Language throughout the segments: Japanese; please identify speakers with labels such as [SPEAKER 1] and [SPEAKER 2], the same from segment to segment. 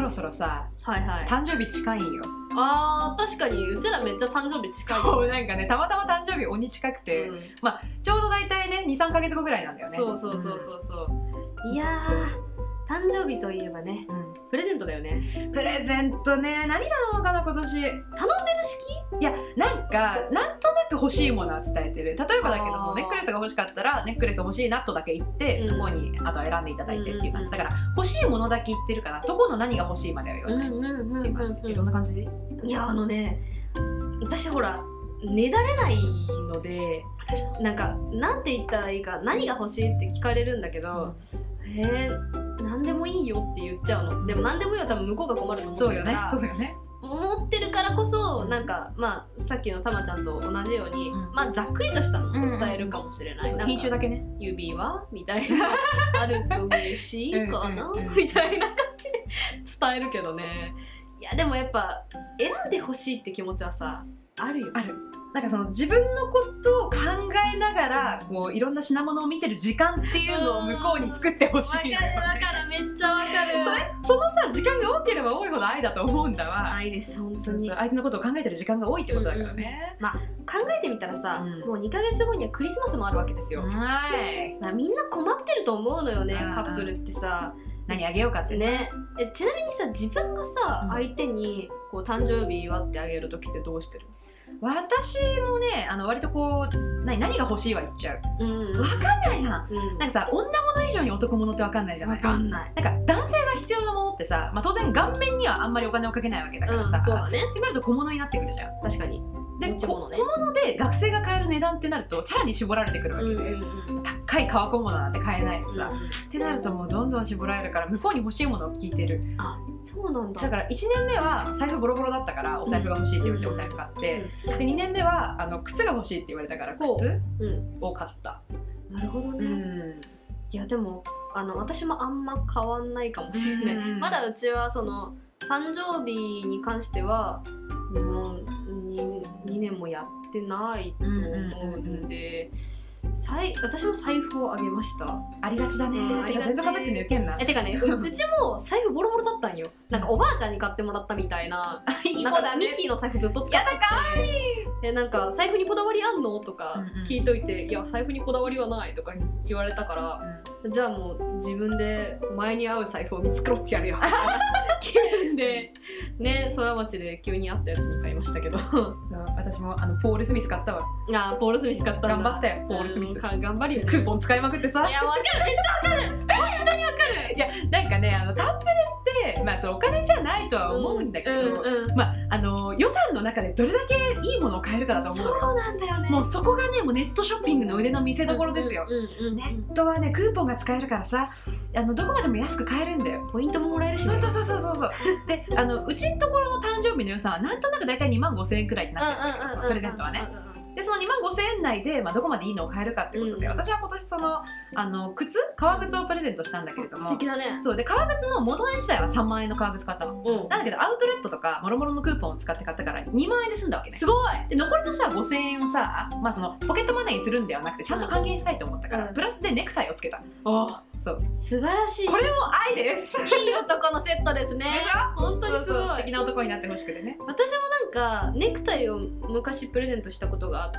[SPEAKER 1] ろそろさ
[SPEAKER 2] はいはい
[SPEAKER 1] 誕生日近いんよ
[SPEAKER 2] あー確かにうちらめっちゃ誕生日近い
[SPEAKER 1] そうなんかねたまたま誕生日鬼近くて、
[SPEAKER 2] うん
[SPEAKER 1] ちょうど大体ね23か月後ぐらいなんだよね
[SPEAKER 2] そうそうそうそうそういやー誕生日といえばね
[SPEAKER 1] うん、
[SPEAKER 2] プレゼントだよね
[SPEAKER 1] プレゼントね何頼もうかな今年
[SPEAKER 2] 頼んでる式
[SPEAKER 1] いやなんかなんとなく欲しいものは伝えてる例えばだけど
[SPEAKER 2] あー
[SPEAKER 1] そのネックレスが欲しかったらネックレス欲しいなとだけ言って、
[SPEAKER 2] うん
[SPEAKER 1] とこにあとは選んでいただいてっていう感じ、
[SPEAKER 2] うんうんうん
[SPEAKER 1] だから欲しいものだけ言ってるかなとこの何が欲しいまでは言わない、
[SPEAKER 2] うん
[SPEAKER 1] っていう感じ、えどんな感じ
[SPEAKER 2] いやあのね私ほらねだれないので
[SPEAKER 1] 私も
[SPEAKER 2] なんかなんて言ったらいいか何が欲しいって聞かれるんだけど、えー、何でもいいよって言っちゃうのでも何でもいいよ多分向こうが困ると思
[SPEAKER 1] そうう
[SPEAKER 2] か
[SPEAKER 1] よね
[SPEAKER 2] ら
[SPEAKER 1] そうよね
[SPEAKER 2] 思ってるからこそなんかまあさっきのたまちゃんと同じように、
[SPEAKER 1] うん
[SPEAKER 2] まあざっくりとしたの
[SPEAKER 1] うんうん
[SPEAKER 2] 伝えるかもしれない、なんか
[SPEAKER 1] 品種だけね
[SPEAKER 2] 指輪みたい なあると嬉しい
[SPEAKER 1] う
[SPEAKER 2] かな
[SPEAKER 1] んうんうん
[SPEAKER 2] みたいな感じで伝えるけどねいやでもやっぱ選んでほしいって気持ちはさあるよ
[SPEAKER 1] あるなんかその自分のことを考えながらこういろんな品物を見てる時間っていうのを向こうに作ってほし
[SPEAKER 2] わか
[SPEAKER 1] い
[SPEAKER 2] る
[SPEAKER 1] の
[SPEAKER 2] わ
[SPEAKER 1] よね
[SPEAKER 2] かるめっちゃわかる
[SPEAKER 1] それそのさ時間が多ければ多いほど愛だと思うんだわ
[SPEAKER 2] 愛です本当
[SPEAKER 1] そう
[SPEAKER 2] に
[SPEAKER 1] そう相手のことを考えてる時間が多いってことだからね、
[SPEAKER 2] 考えてみたらさ、
[SPEAKER 1] うん
[SPEAKER 2] もう2ヶ月後にはクリスマスもあるわけですよ、
[SPEAKER 1] はい
[SPEAKER 2] まあみんな困ってると思うのよね
[SPEAKER 1] うんうん
[SPEAKER 2] カップルってさ
[SPEAKER 1] 何あげようかってね
[SPEAKER 2] ねえちなみにさ自分がさ、
[SPEAKER 1] うん
[SPEAKER 2] 相手にこう誕生日祝ってあげる時ってどうしてる
[SPEAKER 1] 私もねあの割とこう何何が欲しいは言っちゃう
[SPEAKER 2] うんうん
[SPEAKER 1] わかんないじゃん
[SPEAKER 2] うん
[SPEAKER 1] なんかさ女物以上に男物ってわかんないじゃな
[SPEAKER 2] わ
[SPEAKER 1] い
[SPEAKER 2] かんない
[SPEAKER 1] なんか男性が必要なものってさ、まあ、当然顔面にはあんまりお金をかけないわけだからさ、
[SPEAKER 2] うん、そう
[SPEAKER 1] っ
[SPEAKER 2] だね
[SPEAKER 1] てなると小物になってくるじゃん
[SPEAKER 2] 確かに
[SPEAKER 1] で
[SPEAKER 2] 持ち物ね
[SPEAKER 1] こ小物で学生が買える値段ってなるとさらに絞られてくるわけで、
[SPEAKER 2] ん
[SPEAKER 1] 高い革小物なんて買えないしさ、
[SPEAKER 2] う
[SPEAKER 1] ってなるともうどんどん絞られるから向こうに欲しいものを聞いてる
[SPEAKER 2] ん、あそうなんだ
[SPEAKER 1] だから1年目は財布ボロボロだったからお財布が欲しいって言われてお財布買って、で2年目はあの靴が欲しいって言われたから
[SPEAKER 2] ほう
[SPEAKER 1] 靴
[SPEAKER 2] うん、
[SPEAKER 1] を買った、
[SPEAKER 2] なるほどね、
[SPEAKER 1] ん、
[SPEAKER 2] いやでもあの私もあんま変わんないかもしれない、
[SPEAKER 1] うん
[SPEAKER 2] まだうちはその誕生日に関してはもう 2, 2年もやってないと思うんで、さい私も財布をあげました
[SPEAKER 1] ありがちだね、
[SPEAKER 2] うん
[SPEAKER 1] てか全部かぶって抜けんな
[SPEAKER 2] えてかねう うちも財布ボロボロだったんよなんかおばあちゃんに買ってもらったみたいな
[SPEAKER 1] いい
[SPEAKER 2] なん
[SPEAKER 1] 子
[SPEAKER 2] か
[SPEAKER 1] だ
[SPEAKER 2] ミ
[SPEAKER 1] ね
[SPEAKER 2] ッキーの財布ずっと使って
[SPEAKER 1] や
[SPEAKER 2] て
[SPEAKER 1] だかわいい
[SPEAKER 2] えなんか財布にこだわりあんのとか
[SPEAKER 1] うんうん
[SPEAKER 2] 聞いといて、いや財布にこだわりはないとか言われたからじゃあもう自分でお前に合う財布を見繕って やるよ気分でね空町で急にあったやつに買いましたけど
[SPEAKER 1] うん私もあのポール・スミス買ったわ
[SPEAKER 2] あーポール・スミス買った
[SPEAKER 1] 頑
[SPEAKER 2] んだ
[SPEAKER 1] 張ったよポール・スミ
[SPEAKER 2] う
[SPEAKER 1] ス
[SPEAKER 2] ん
[SPEAKER 1] ク
[SPEAKER 2] か頑張りよ
[SPEAKER 1] ーポン 使いまくってさ
[SPEAKER 2] いやわかるめっちゃ
[SPEAKER 1] いやなんかねあのタンプレって、まあ、そのお金じゃないとは思うんだけど、
[SPEAKER 2] うんうん
[SPEAKER 1] まあ、あの予算の中でどれだけいいものを買えるかだと思うのよ
[SPEAKER 2] そうなんだよね
[SPEAKER 1] もうそこがねもうネットショッピングの腕の見せ所ですよ、
[SPEAKER 2] うんうんうん
[SPEAKER 1] ネットはねクーポンが使えるからさあのどこまでも安く買えるんだよ
[SPEAKER 2] ポイントももらえるし
[SPEAKER 1] そ
[SPEAKER 2] ね、
[SPEAKER 1] うそうそうそうそうそうであのうちのところの誕生日の予算はなんとなく大体2万5千円くらいに
[SPEAKER 2] うんうん
[SPEAKER 1] なってるんだけどそのプレゼントはね
[SPEAKER 2] うんうんうん
[SPEAKER 1] でその2万5千円内で、まあ、どこまでいいのを買えるかってことで、
[SPEAKER 2] うん
[SPEAKER 1] 私は今年そのあの靴革靴をプレゼントしたんだけれど
[SPEAKER 2] 素
[SPEAKER 1] も
[SPEAKER 2] 敵だね
[SPEAKER 1] そうで革靴の元値自体は3万円の革靴買ったの
[SPEAKER 2] うん
[SPEAKER 1] なんだけどアウトレットとかもろもろのクーポンを使って買ったから2万円で済んだわけね
[SPEAKER 2] すごい
[SPEAKER 1] で残りのさ5000円をさ、まあ、そのポケットマネーにするんではなくてちゃんと還元したいと思ったから、
[SPEAKER 2] うん
[SPEAKER 1] プラスでネクタイをつけた
[SPEAKER 2] あ
[SPEAKER 1] そう
[SPEAKER 2] 素晴らしい
[SPEAKER 1] これも愛です
[SPEAKER 2] いい男のセットですね
[SPEAKER 1] でしょ
[SPEAKER 2] 本当にすごい
[SPEAKER 1] そうそう素敵な男になってほしくてね、
[SPEAKER 2] 私もなんかネクタイを昔プレゼントしたことがあって、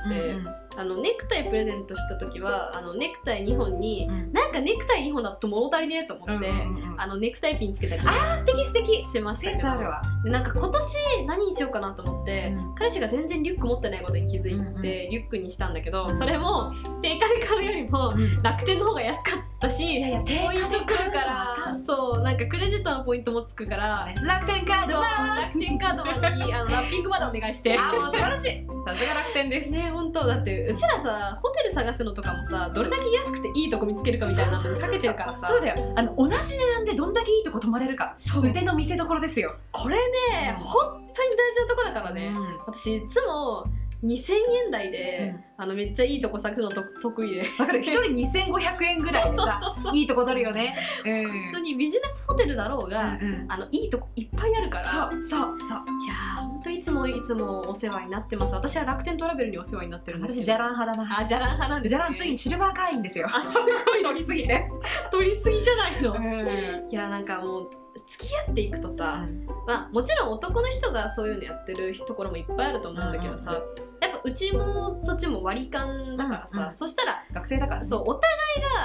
[SPEAKER 2] あのネクタイプレゼントした時はあのネクタイ2本に、
[SPEAKER 1] うん
[SPEAKER 2] なんかネクタイ2本だと物足りねえと思って、あのネクタイピンつけたり
[SPEAKER 1] あ素敵素敵
[SPEAKER 2] しました
[SPEAKER 1] セ
[SPEAKER 2] け
[SPEAKER 1] ンス
[SPEAKER 2] ど
[SPEAKER 1] あるわ
[SPEAKER 2] でなんか今年何にしようかなと思って、
[SPEAKER 1] うん
[SPEAKER 2] 彼氏が全然リュック持ってないことに気づいて、
[SPEAKER 1] うんうん
[SPEAKER 2] リュックにしたんだけどそれも定価で買うよりも楽天の方が安かったし
[SPEAKER 1] いやいや
[SPEAKER 2] ポイントく
[SPEAKER 1] 定
[SPEAKER 2] るか
[SPEAKER 1] 価で買うのはあからん
[SPEAKER 2] そうなんかクレジットのポイントもつくから、
[SPEAKER 1] 楽天カード
[SPEAKER 2] そう
[SPEAKER 1] は
[SPEAKER 2] 楽天カードマン にあのラッピングまでお願いして。
[SPEAKER 1] あもう素晴らしい さすが楽天です、
[SPEAKER 2] ね本当だってうちらさホテル探すのとかもさどれだけ安くていいとこ見つけるかみたいなのにかけてるからさ
[SPEAKER 1] そうだよあの同じ値段でどんだけいいとこ泊まれるか
[SPEAKER 2] そう
[SPEAKER 1] 腕の見せ所ですよ
[SPEAKER 2] これね本当に大事なとこだからね、
[SPEAKER 1] うん
[SPEAKER 2] 私いつも2000円台で、あのめっちゃいいとこ探すのと得意で
[SPEAKER 1] わかる一人2500円ぐらいでさ
[SPEAKER 2] そうそうそう
[SPEAKER 1] いいとこ取るよねうん
[SPEAKER 2] 本当にビジネスホテルだろうが、
[SPEAKER 1] うんうん
[SPEAKER 2] あのいいとこいっぱいあるから
[SPEAKER 1] そうそうそう
[SPEAKER 2] いやー本当いつもいつもお世話になってます私は楽天トラベルにお世話になってるんです
[SPEAKER 1] 私
[SPEAKER 2] け
[SPEAKER 1] じ
[SPEAKER 2] ど
[SPEAKER 1] ゃらん派だな
[SPEAKER 2] あじゃらん派なんです、
[SPEAKER 1] じ
[SPEAKER 2] ね、
[SPEAKER 1] ゃらんついにシルバー会員ですよ
[SPEAKER 2] あすごい取りすぎて取りすぎじゃないの、
[SPEAKER 1] う
[SPEAKER 2] い
[SPEAKER 1] ん
[SPEAKER 2] やなんかもう付き合っていくとさ、まあ、もちろん男の人がそういうのやってるところもいっぱいあると思うんだけどさ、
[SPEAKER 1] うん
[SPEAKER 2] やっぱうちもそっちも割り勘だからさ、
[SPEAKER 1] うんうん
[SPEAKER 2] そしたら
[SPEAKER 1] 学生だから
[SPEAKER 2] そうお互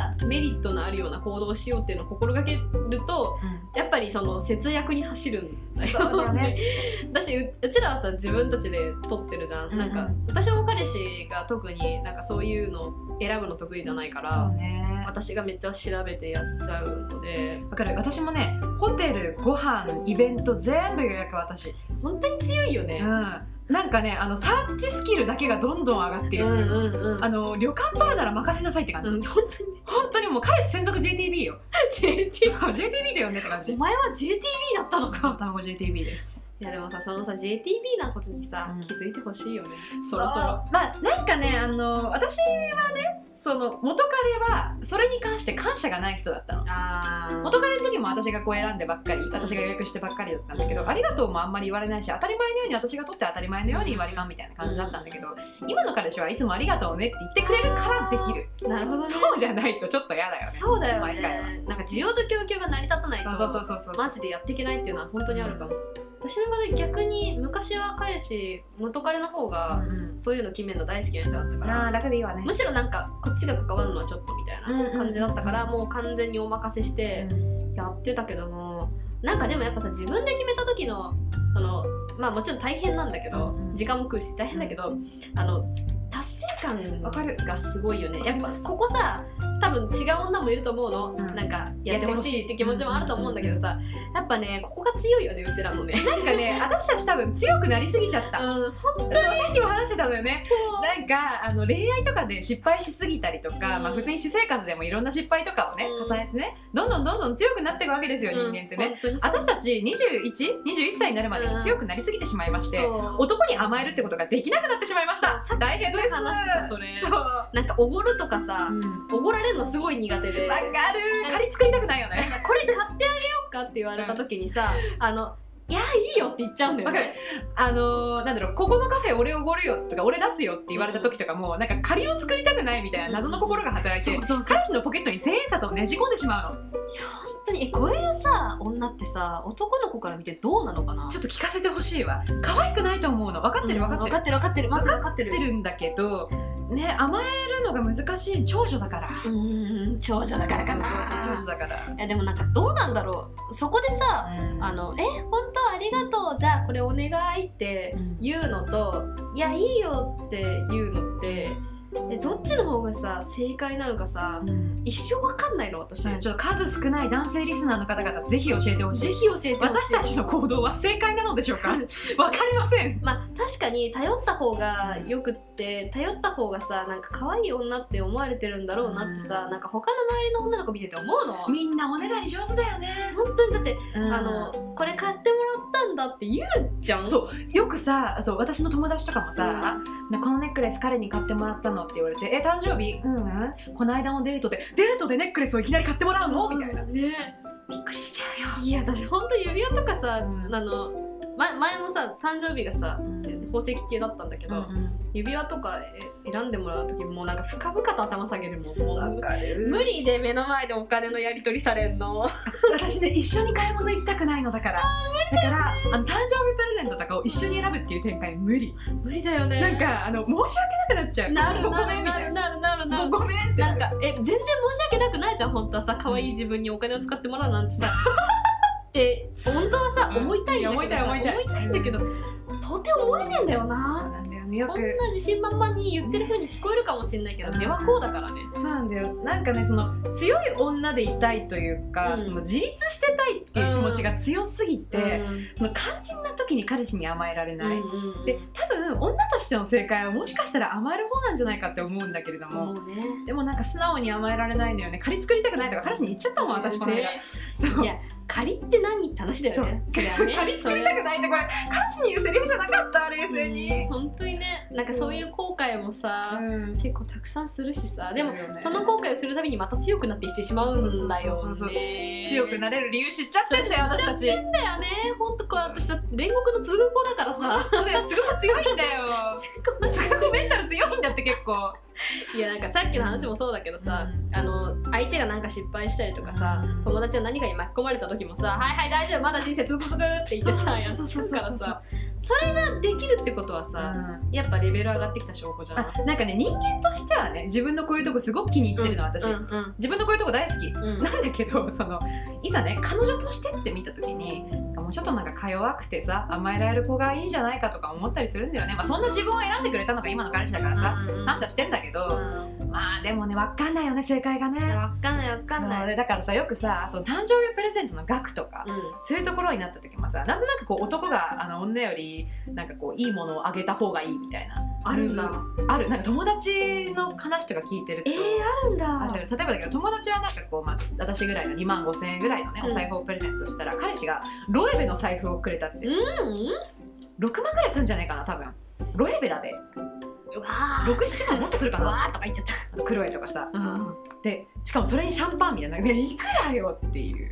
[SPEAKER 2] いがメリットのあるような行動をしようっていうのを心がけると
[SPEAKER 1] うん
[SPEAKER 2] やっぱりその節約に走るん
[SPEAKER 1] そ
[SPEAKER 2] だ
[SPEAKER 1] うだ
[SPEAKER 2] よ
[SPEAKER 1] よ
[SPEAKER 2] ね
[SPEAKER 1] ね。
[SPEAKER 2] だしううちらはさ自分たちで撮ってるじゃん。
[SPEAKER 1] うんうん
[SPEAKER 2] なんか私も彼氏が特になんかそういうの選ぶの得意じゃないか
[SPEAKER 1] そ
[SPEAKER 2] ら
[SPEAKER 1] う。ね
[SPEAKER 2] 私がめっちゃ調べてやっちゃうので
[SPEAKER 1] わかる私もねホテルご飯イベント全部予約私
[SPEAKER 2] 本当に強いよね
[SPEAKER 1] う。んなんかねあのサーチスキルだけがどんどん上がっていく、
[SPEAKER 2] うんうんうん
[SPEAKER 1] あの旅館取るなら任せなさいって感じ、
[SPEAKER 2] うん本当に
[SPEAKER 1] 本当にもう彼氏専属 JTB よ
[SPEAKER 2] JT
[SPEAKER 1] JTB だよねって感じ
[SPEAKER 2] お前は JTB だったの
[SPEAKER 1] そう
[SPEAKER 2] か
[SPEAKER 1] 卵 JTB です
[SPEAKER 2] いやでもさそのさ JTB なことにさ、
[SPEAKER 1] うん
[SPEAKER 2] 気づいてほしいよね
[SPEAKER 1] そ
[SPEAKER 2] そ
[SPEAKER 1] ろ
[SPEAKER 2] ろ
[SPEAKER 1] そ
[SPEAKER 2] そ
[SPEAKER 1] ろ
[SPEAKER 2] ろ
[SPEAKER 1] まあなんかねあの私はねその元彼はそれに関して感謝がない人だったの
[SPEAKER 2] あー
[SPEAKER 1] 元彼の時も私がこう選んでばっかり私が予約してばっかりだったんだけど、
[SPEAKER 2] うん
[SPEAKER 1] ありがとうもあんまり言われないし当たり前のように私が取って当たり前のように割り勘みたいな感じだったんだけど、今の彼氏はいつもありがとうねって言ってくれるからできる、
[SPEAKER 2] なるほどね
[SPEAKER 1] そうじゃないとちょっと嫌だよね
[SPEAKER 2] そうだよ
[SPEAKER 1] 毎回は
[SPEAKER 2] ねなんか需要と供給が成り立たないと
[SPEAKER 1] そうそうそうそうそう
[SPEAKER 2] マジでやっていけないっていうのは本当にあるかも、私の場合逆に昔は彼氏元彼の方
[SPEAKER 1] うん
[SPEAKER 2] が
[SPEAKER 1] うん
[SPEAKER 2] そういうの決めるの大好きな人だったから、
[SPEAKER 1] あー楽でいいわね
[SPEAKER 2] むしろなんかこっちが関わるのはちょっとみたいな感じだったから、
[SPEAKER 1] うん
[SPEAKER 2] もう完全にお任せして、やってたけどもなんかでもやっぱさ自分で決めた時のそのまあもちろん大変なんだけど、
[SPEAKER 1] うんうん
[SPEAKER 2] 時間も食うし大変だけど、あの達成感
[SPEAKER 1] わかる
[SPEAKER 2] がすごいよね
[SPEAKER 1] わか
[SPEAKER 2] やっ
[SPEAKER 1] り
[SPEAKER 2] ぱ
[SPEAKER 1] ます
[SPEAKER 2] ここさ多分違う女もいると思うの、
[SPEAKER 1] うん
[SPEAKER 2] なんかやってほしいって気持ちもあると思うんだけどさやっぱねここが強いよねうちらもね。
[SPEAKER 1] なんかね私たち多分強くなりすぎちゃった、
[SPEAKER 2] うん、本
[SPEAKER 1] さっきも話してたのよね
[SPEAKER 2] 当
[SPEAKER 1] なんかあの恋愛とかで失敗しすぎたりとか、
[SPEAKER 2] うん
[SPEAKER 1] まあ、普通に私生活でもいろんな失敗とかをね、
[SPEAKER 2] うん
[SPEAKER 1] 重ねてねどんどんどんどん強くなっていくわけですよ、人間ってね
[SPEAKER 2] うん本当にそう
[SPEAKER 1] 私たち2121歳になるまで
[SPEAKER 2] うん
[SPEAKER 1] 強くなりすぎてしまいまして、
[SPEAKER 2] そう
[SPEAKER 1] 男に甘えるってことができなくなってしまいまし
[SPEAKER 2] そう
[SPEAKER 1] た
[SPEAKER 2] さっき
[SPEAKER 1] 大変です
[SPEAKER 2] すごい話してたそれ
[SPEAKER 1] そう
[SPEAKER 2] なんかおごるとかさ
[SPEAKER 1] うん
[SPEAKER 2] おごられるのすごい苦手で
[SPEAKER 1] わかる借り作りたくないよね
[SPEAKER 2] これ買ってあげようかって言われた時にさあの「いやいいよ」って言っちゃうんだよ
[SPEAKER 1] わかる
[SPEAKER 2] ね。
[SPEAKER 1] あのーなんだろうここのカフェ俺おごるよとか俺出すよって言われた時とかも、なんか借りを作りたくないみたいな謎の心が働いて、
[SPEAKER 2] そうそうそう
[SPEAKER 1] 彼氏のポケットに千円札をねじ込んでしまうの
[SPEAKER 2] いや本当にえこういうさ女ってさ男の子から見てどうなのかな
[SPEAKER 1] ちょっと聞かせてほしいわ可愛くないと思うの分かってる分かってる、
[SPEAKER 2] 分かってる分かってるまず分かってる
[SPEAKER 1] 分かってるんだけどね甘えるのが難しい長女だから
[SPEAKER 2] うんうんうん長女だからか
[SPEAKER 1] そうそうそう長女
[SPEAKER 2] な
[SPEAKER 1] だから
[SPEAKER 2] いやでもなんかどうなんだろうそこでさあ
[SPEAKER 1] の
[SPEAKER 2] の「え本当ありがとうじゃあこれお願い」って言うのと「いやいいよ」って言うのってえどっちの方がさ正解なのかさ一生分かんないの私、
[SPEAKER 1] ちょっと数少ない男性リスナーの方々ぜひ教えてほしい
[SPEAKER 2] ぜひ教えてほし
[SPEAKER 1] 私
[SPEAKER 2] い
[SPEAKER 1] たちの行動は正解なのでしょうかわかりません
[SPEAKER 2] まあ確かに頼った方がよくって頼った方がさなんか可愛い女って思われてるんだろうなってさ、
[SPEAKER 1] うん
[SPEAKER 2] なんか他の周りの女の子見てて思うの本
[SPEAKER 1] みんなおねだり上手だよね、
[SPEAKER 2] 当にだって、あ
[SPEAKER 1] あの
[SPEAKER 2] のこれ買ってもらったんだって言うじゃん
[SPEAKER 1] そうよくさそう私の友達とかもさ、
[SPEAKER 2] うん
[SPEAKER 1] なこのネックレス彼に買ってもらったのって言われて「え誕生日うん、うん、この間のデートでデートでネックレスをいきなり買ってもらうの?」みたいな、
[SPEAKER 2] うんね
[SPEAKER 1] びっくりしちゃうよ
[SPEAKER 2] いや私本当指輪とかさ、
[SPEAKER 1] うん
[SPEAKER 2] あの前前もさ誕生日がさ宝石系だったんだけど、指輪とかえ選んでもらう時もうなんか深々と頭下げるもんもう
[SPEAKER 1] かる
[SPEAKER 2] 無理で目の前でお金のやり取りされんの
[SPEAKER 1] 私ね一緒に買い物行きたくないのだからだからあの誕生日プレゼントとかを一緒に選ぶっていう展開無 理
[SPEAKER 2] 無理だよね
[SPEAKER 1] なんかあの申し訳なくなっちゃう
[SPEAKER 2] なる
[SPEAKER 1] ご
[SPEAKER 2] な
[SPEAKER 1] め
[SPEAKER 2] る
[SPEAKER 1] んみ
[SPEAKER 2] な
[SPEAKER 1] たい
[SPEAKER 2] るなるなるな
[SPEAKER 1] な
[SPEAKER 2] る
[SPEAKER 1] ごごめんってなん
[SPEAKER 2] な
[SPEAKER 1] る
[SPEAKER 2] かえ全然申し訳なくないじゃん本当はさ可愛い自分にお金を使ってもらうなんてさって本当はさ
[SPEAKER 1] うん
[SPEAKER 2] 思いたいんだけどさ
[SPEAKER 1] いや思いたい思いたい
[SPEAKER 2] んだけどとて思えねえんだよ
[SPEAKER 1] そう
[SPEAKER 2] な
[SPEAKER 1] なんだよねよ
[SPEAKER 2] こんな
[SPEAKER 1] く
[SPEAKER 2] 自信満々に言ってる風に聞こえるかもしれないけど
[SPEAKER 1] うん
[SPEAKER 2] 根はこうだからね
[SPEAKER 1] そうなんだよなんかねその強い女でいたいというか、
[SPEAKER 2] うん
[SPEAKER 1] その自立してたいっていう気持ちが強すぎて、その肝心な時に彼氏に甘えられ
[SPEAKER 2] うん
[SPEAKER 1] ない、
[SPEAKER 2] うんうん
[SPEAKER 1] で多分女としての正解はもしかしたら甘える方なんじゃないかって思うんだけれども、
[SPEAKER 2] もうね
[SPEAKER 1] でもなんか素直に甘えられないのよね借り作りたくないとか彼氏に言っちゃったもん私この間
[SPEAKER 2] ね
[SPEAKER 1] そう
[SPEAKER 2] いや借りって何って話だよね。そりゃね
[SPEAKER 1] 借り作りたくないってこれ歌詞に言うセリフじゃなかった冷静に。
[SPEAKER 2] 本当にねなんかそういう後悔もさ、
[SPEAKER 1] うん
[SPEAKER 2] 結構たくさんするしさでも
[SPEAKER 1] するよね
[SPEAKER 2] その後悔をするたびにまた強くなってきてしまうんだよ
[SPEAKER 1] そうそうそうそう
[SPEAKER 2] ね
[SPEAKER 1] 強くなれる理由知っちゃってんだよ私たち。
[SPEAKER 2] んだよね本当こう私だって煉獄の継ぐ子だからさ
[SPEAKER 1] そうだよすごく強いんだよ。すごくメンタル強いんだって結構。
[SPEAKER 2] いやなんかさっきの話もそうだけどさ、
[SPEAKER 1] うん
[SPEAKER 2] あの相手がなんか失敗したりとかさ、
[SPEAKER 1] うん
[SPEAKER 2] 友達の何かに巻き込まれた時もさ「はいはい大丈夫まだ人生続く続く」って言ってさやっ
[SPEAKER 1] そう
[SPEAKER 2] て
[SPEAKER 1] そうそう
[SPEAKER 2] る
[SPEAKER 1] そう
[SPEAKER 2] からさそれができるってことはさ、やっぱレベル上がってきた証拠じゃん
[SPEAKER 1] あ。なんかね人間としてはね自分のこういうとこすごく気に入ってるの、私
[SPEAKER 2] うん。うん
[SPEAKER 1] 自分のこういうとこ大好き。
[SPEAKER 2] うん
[SPEAKER 1] なんだけどそのいざね彼女としてって見た時にもうちょっとなんかか弱くてさ甘えられる子がいいんじゃないかとか思ったりするんだよね、まあ、そんな自分を選んでくれたのが今の彼氏だからさ
[SPEAKER 2] うん
[SPEAKER 1] 感謝してんだけど、まあでもね分かんないよね正解がね。
[SPEAKER 2] わかんないわかん
[SPEAKER 1] そう
[SPEAKER 2] ない。
[SPEAKER 1] でだからさよくさその誕生日プレゼントの額とか、
[SPEAKER 2] う
[SPEAKER 1] そういうところになった時もさなんとなくこう男があの女よりなんかこういいものをあげた方がいいみたいな
[SPEAKER 2] あるんだ。
[SPEAKER 1] あるなんか友達の話とか聞いてると、
[SPEAKER 2] あるん
[SPEAKER 1] あ例えばだけど友達はなんかこう、まあ、私ぐらいの2万5千円ぐらいのね
[SPEAKER 2] うん
[SPEAKER 1] お財布をプレゼントしたら、彼氏がロエベの財布をくれたって、
[SPEAKER 2] う
[SPEAKER 1] 6
[SPEAKER 2] ん。
[SPEAKER 1] 万ぐらいするんじゃないかな多分ロエベだで
[SPEAKER 2] うわ
[SPEAKER 1] 67万もっとするか
[SPEAKER 2] ー。わ
[SPEAKER 1] な
[SPEAKER 2] ーとか言っちゃっ
[SPEAKER 1] あとクロエとかさ
[SPEAKER 2] た。うん。
[SPEAKER 1] でしかもそれにシャンパンみたいな、ね、いくらよっていう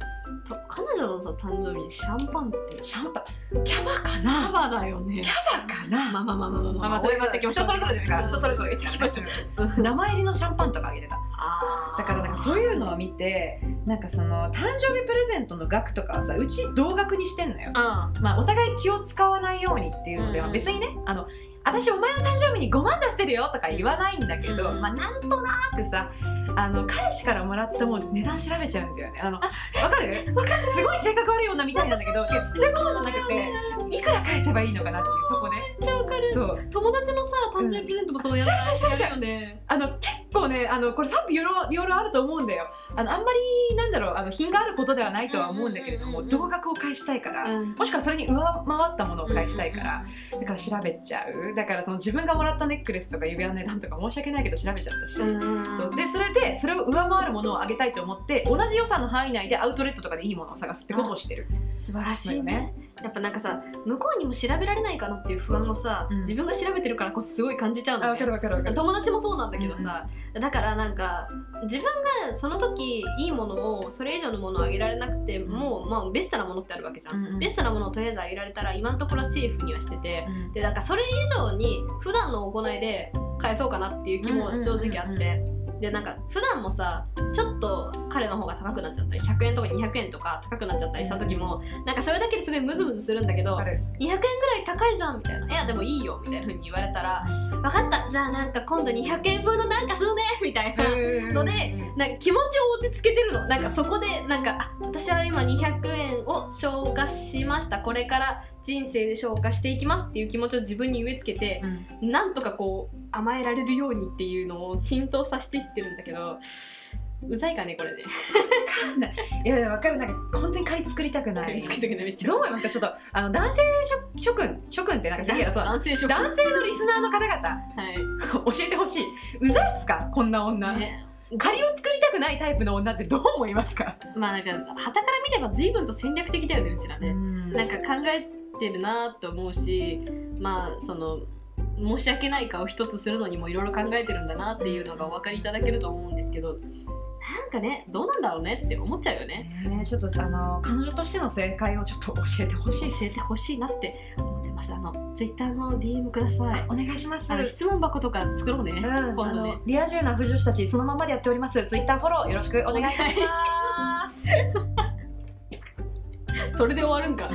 [SPEAKER 2] と彼女のさ誕生日にシャンパンって
[SPEAKER 1] シャンパンキャバか
[SPEAKER 2] カ
[SPEAKER 1] な
[SPEAKER 2] バだよね。
[SPEAKER 1] キャバかな
[SPEAKER 2] まあまあまあまあまあ
[SPEAKER 1] まあまあそれが人それぞれですから人それぞれ言ってきましょう
[SPEAKER 2] うん
[SPEAKER 1] 生入りのシャンパンとかあげてた
[SPEAKER 2] あー
[SPEAKER 1] だからなんかそういうのを見てなんかその誕生日プレゼントの額とかはさうち同額にしてんのよ
[SPEAKER 2] うん。
[SPEAKER 1] まあ、お互い気を使わないようにっていうので、
[SPEAKER 2] うん
[SPEAKER 1] ま
[SPEAKER 2] うん
[SPEAKER 1] あ別にねあの私お前の誕生日に5万出してるよとか言わないんだけど、
[SPEAKER 2] うん
[SPEAKER 1] まあ、なんとなくさあの彼氏からもらったもう値段調べちゃうんだよねあのわかるわかるすごい性格悪い女みたいなんだけど違うそういうことじゃなく
[SPEAKER 2] めって
[SPEAKER 1] いくら返せばいいのかなっていうそこで
[SPEAKER 2] ちゃわかる。
[SPEAKER 1] そう
[SPEAKER 2] 友達のさ誕生日プレゼントもそうや
[SPEAKER 1] 調べちゃう調べち
[SPEAKER 2] や
[SPEAKER 1] ゃ
[SPEAKER 2] る
[SPEAKER 1] う
[SPEAKER 2] よね。
[SPEAKER 1] あの結構ねあのこれ賛否両論両論あると思うんだよあのあんまりなんだろうあの品があることではないとは思うんだけれども、
[SPEAKER 2] うんうんうんうん
[SPEAKER 1] 同額を返したいから、
[SPEAKER 2] うん
[SPEAKER 1] もしくはそれに上回ったものを返したいから、。だから調べちゃうだからその自分がもらったネックレスとか指輪の値段とか申し訳ないけど調べちゃったし、
[SPEAKER 2] うんうんうん。
[SPEAKER 1] そうでそれでそれを上回るものをあげたいと思って同じ予算の範囲内でアウトレットとかでいいものを探すってことをしてる、
[SPEAKER 2] 素晴らしい
[SPEAKER 1] だよね
[SPEAKER 2] ね。やっぱなんかさ向こうにも調べられないかなっていう不安をさ、
[SPEAKER 1] うん
[SPEAKER 2] 自分が調べてるからこそすごい感じちゃうんだよね。
[SPEAKER 1] 分かる分
[SPEAKER 2] 友達もそうなんだけどさ、だからなんか自分がその時いいものをそれ以上のものをあげられなくても、まあ、ベストなものってあるわけじゃん、
[SPEAKER 1] うんうん
[SPEAKER 2] ベストなものをとりあえずあげられたら今のところはセーフにはしててでなんかそれ以上に普段の行いで返そうかなっていう気も正直あって、でなんか普段もさちょっと彼の方が高くなっちゃったり100円とか200円とか高くなっちゃったりした時も、なんかそれだけですごいムズムズするんだけど、
[SPEAKER 1] かる
[SPEAKER 2] 200円ぐらい高いじゃんみたいな「いやでもいいよ」みたいな風に言われたら「分かったじゃあなんか今度200円分のなんかするね」みたいな。のでなんか気持ちを落ち着けてるのなんかそこでなんかあ私は今200円を消化しましたこれから人生で消化していきますっていう気持ちを自分に植え付けて
[SPEAKER 1] うん
[SPEAKER 2] なんとかこう甘えられるようにっていうのを浸透させていってるんだけどうざいかねこれね
[SPEAKER 1] いや分かるなんか本当に借り作りたくない
[SPEAKER 2] つけてくれめっちゃ
[SPEAKER 1] どう思いますかちょっとあの男性諸諸君諸君ってなんかさっきからそう
[SPEAKER 2] 男性諸君
[SPEAKER 1] 男性のリスナーの方々 教
[SPEAKER 2] は
[SPEAKER 1] えてほしいうざいっすかこんな女、
[SPEAKER 2] い、ね
[SPEAKER 1] 借りを作りたくないタイプの女ってどう思いますか、
[SPEAKER 2] まあなんか旗から見れば随分と戦略的だよねうちらね、なんか考えてるなと思うしまあその申し訳ない顔一つするのにもいろいろ考えてるんだなっていうのがお分かりいただけると思うんですけどなんかねどうなんだろうねって思っちゃうよね
[SPEAKER 1] ね、ちょっとあの彼女としての正解をちょっと教えてほし
[SPEAKER 2] 教
[SPEAKER 1] いし
[SPEAKER 2] えてほしいなって思ってますあの Twitter の DM ください
[SPEAKER 1] お願いします
[SPEAKER 2] あの質問箱とか作ろうね、
[SPEAKER 1] うん、
[SPEAKER 2] 今度
[SPEAKER 1] あ
[SPEAKER 2] ね
[SPEAKER 1] のリア充な婦女子たちそのままでやっておりますツイッターフォローよろしくお願いいたします
[SPEAKER 2] それで終わるんか